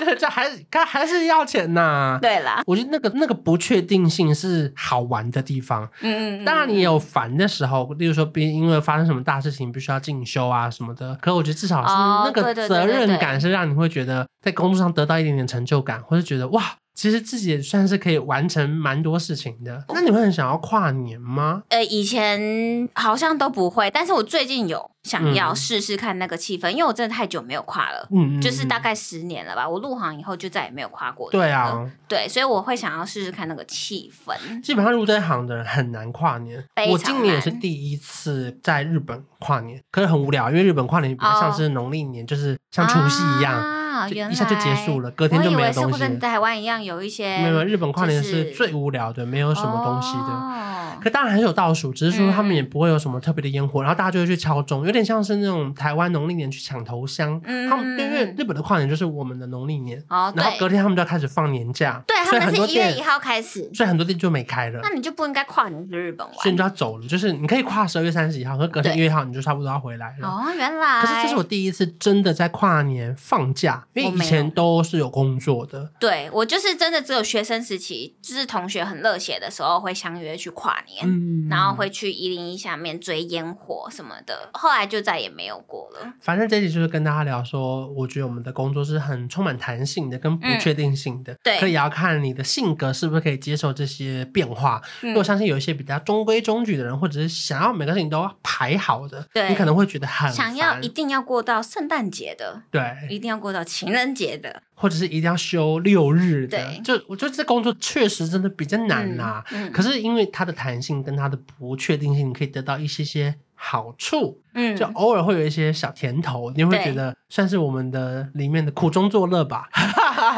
[SPEAKER 1] 这这还该还是要钱呐、
[SPEAKER 2] 对啦，
[SPEAKER 1] 我觉得那个那个不确定性是好玩的地方。
[SPEAKER 2] 嗯，嗯嗯
[SPEAKER 1] 当然，你也有烦的时候，例如说，别因为发生什么大事情必须要进修啊什么的。可我觉得至少是
[SPEAKER 2] 哦
[SPEAKER 1] 那个
[SPEAKER 2] 对对对
[SPEAKER 1] 责任
[SPEAKER 2] 对对
[SPEAKER 1] 感是让你会觉得在工作上得到一点点成就感，或是觉得哇，其实自己也算是可以完成蛮多事情的。那你会很想要跨年吗？
[SPEAKER 2] 呃，以前好像都不会，但是我最近有想要
[SPEAKER 1] 嗯
[SPEAKER 2] 试试看那个气氛，因为我真的太久没有跨了。
[SPEAKER 1] 嗯，嗯
[SPEAKER 2] 就是大
[SPEAKER 1] 嗯
[SPEAKER 2] 概十年了吧，我入行以后就再也没有跨过。
[SPEAKER 1] 对，啊，
[SPEAKER 2] 对，所以我会想要试试看那个气氛。
[SPEAKER 1] 基本上入这一行的人很难跨年
[SPEAKER 2] 非。常
[SPEAKER 1] 我今年也是第一次在日本跨年，可是很无聊，因为日本跨年比较像是农历年，就是像除夕一样，
[SPEAKER 2] 哦啊，
[SPEAKER 1] 就
[SPEAKER 2] 原来
[SPEAKER 1] 一下就结束
[SPEAKER 2] 了，
[SPEAKER 1] 了，隔天就没有
[SPEAKER 2] 我以
[SPEAKER 1] 东
[SPEAKER 2] 为是会
[SPEAKER 1] 西了
[SPEAKER 2] 跟。台湾一样有一些
[SPEAKER 1] 没有，没有日本跨年
[SPEAKER 2] 就是
[SPEAKER 1] 是最无聊的，没有什么东西的。
[SPEAKER 2] 哦哦，
[SPEAKER 1] 可当然还是有倒数，只是说他们
[SPEAKER 2] 嗯
[SPEAKER 1] 也不会有什么特别的烟火，然后大家就会去敲钟，有点像是那种台湾农历年去抢头香。
[SPEAKER 2] 嗯
[SPEAKER 1] 他们因为日本的跨年就是我们的农历年，
[SPEAKER 2] 哦，
[SPEAKER 1] 然后隔
[SPEAKER 2] 对，
[SPEAKER 1] 天他们就要开始放年假，
[SPEAKER 2] 对
[SPEAKER 1] 所以
[SPEAKER 2] 他
[SPEAKER 1] 很多
[SPEAKER 2] 们是一月
[SPEAKER 1] 店
[SPEAKER 2] 一，号开始，
[SPEAKER 1] 所以很多店就没开了
[SPEAKER 2] 那。你就不应该跨年去日本
[SPEAKER 1] 所以你
[SPEAKER 2] 玩
[SPEAKER 1] 就要走了，就是你可以跨十二月三十一号，可是隔天一
[SPEAKER 2] 对
[SPEAKER 1] 月一号你就差不多要回来了。
[SPEAKER 2] 哦，原来，
[SPEAKER 1] 可是这是我第一次真的在跨年放假，因为
[SPEAKER 2] 我
[SPEAKER 1] 以
[SPEAKER 2] 没有
[SPEAKER 1] 前都是有工作的。
[SPEAKER 2] 对我就是真的只有学生时期，就是同学很热血的时候会相约去跨年，
[SPEAKER 1] 嗯
[SPEAKER 2] 然后会去一零一下面追烟火什么的，后来就再也没有过了。
[SPEAKER 1] 反正这集就是跟大家聊说，我觉得我们的工作是很充满弹性的，跟不确定性的，
[SPEAKER 2] 嗯对
[SPEAKER 1] 可以也要看你的性格是不是可以接受这些变化。因
[SPEAKER 2] 嗯
[SPEAKER 1] 为我相信有一些比较中规中矩的人，或者是想要每个事情都要排好的，
[SPEAKER 2] 对
[SPEAKER 1] 你可能会觉得很
[SPEAKER 2] 想要
[SPEAKER 1] 烦
[SPEAKER 2] 一定要过到圣诞节的，
[SPEAKER 1] 对，
[SPEAKER 2] 一定要过到情人节 的，
[SPEAKER 1] 或者是一定要休六日的
[SPEAKER 2] 对，
[SPEAKER 1] 就我觉得这工作确实真的比较难啦、啊
[SPEAKER 2] 嗯，
[SPEAKER 1] 可是因为它的弹性跟它的不确定性，你可以得到一些些好处，
[SPEAKER 2] 嗯，
[SPEAKER 1] 就偶尔会有一些小甜头，你会觉得算是我们的里面的苦中作乐 吧。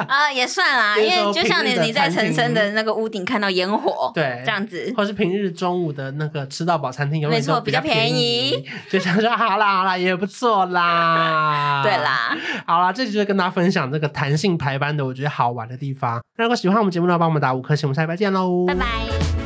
[SPEAKER 2] 啊、也算啦，
[SPEAKER 1] 比
[SPEAKER 2] 因
[SPEAKER 1] 如说
[SPEAKER 2] 为就像
[SPEAKER 1] 平日
[SPEAKER 2] 你
[SPEAKER 1] 的
[SPEAKER 2] 你在
[SPEAKER 1] 餐厅
[SPEAKER 2] 陈升的那个屋顶看到烟火，
[SPEAKER 1] 对
[SPEAKER 2] 这样子，
[SPEAKER 1] 或是平日中午的那个吃到饱餐厅，永远
[SPEAKER 2] 没错
[SPEAKER 1] 都较
[SPEAKER 2] 比较
[SPEAKER 1] 便
[SPEAKER 2] 便
[SPEAKER 1] 宜，
[SPEAKER 2] 宜。
[SPEAKER 1] 就想说 好啦好啦，也不错啦
[SPEAKER 2] 对，啦，
[SPEAKER 1] 好啦，这集就是跟大家分享这个弹性排班的我觉得好玩的地方。那如果喜欢我们节目的话，帮我们打五颗星，我们下礼拜见喽，
[SPEAKER 2] 拜拜。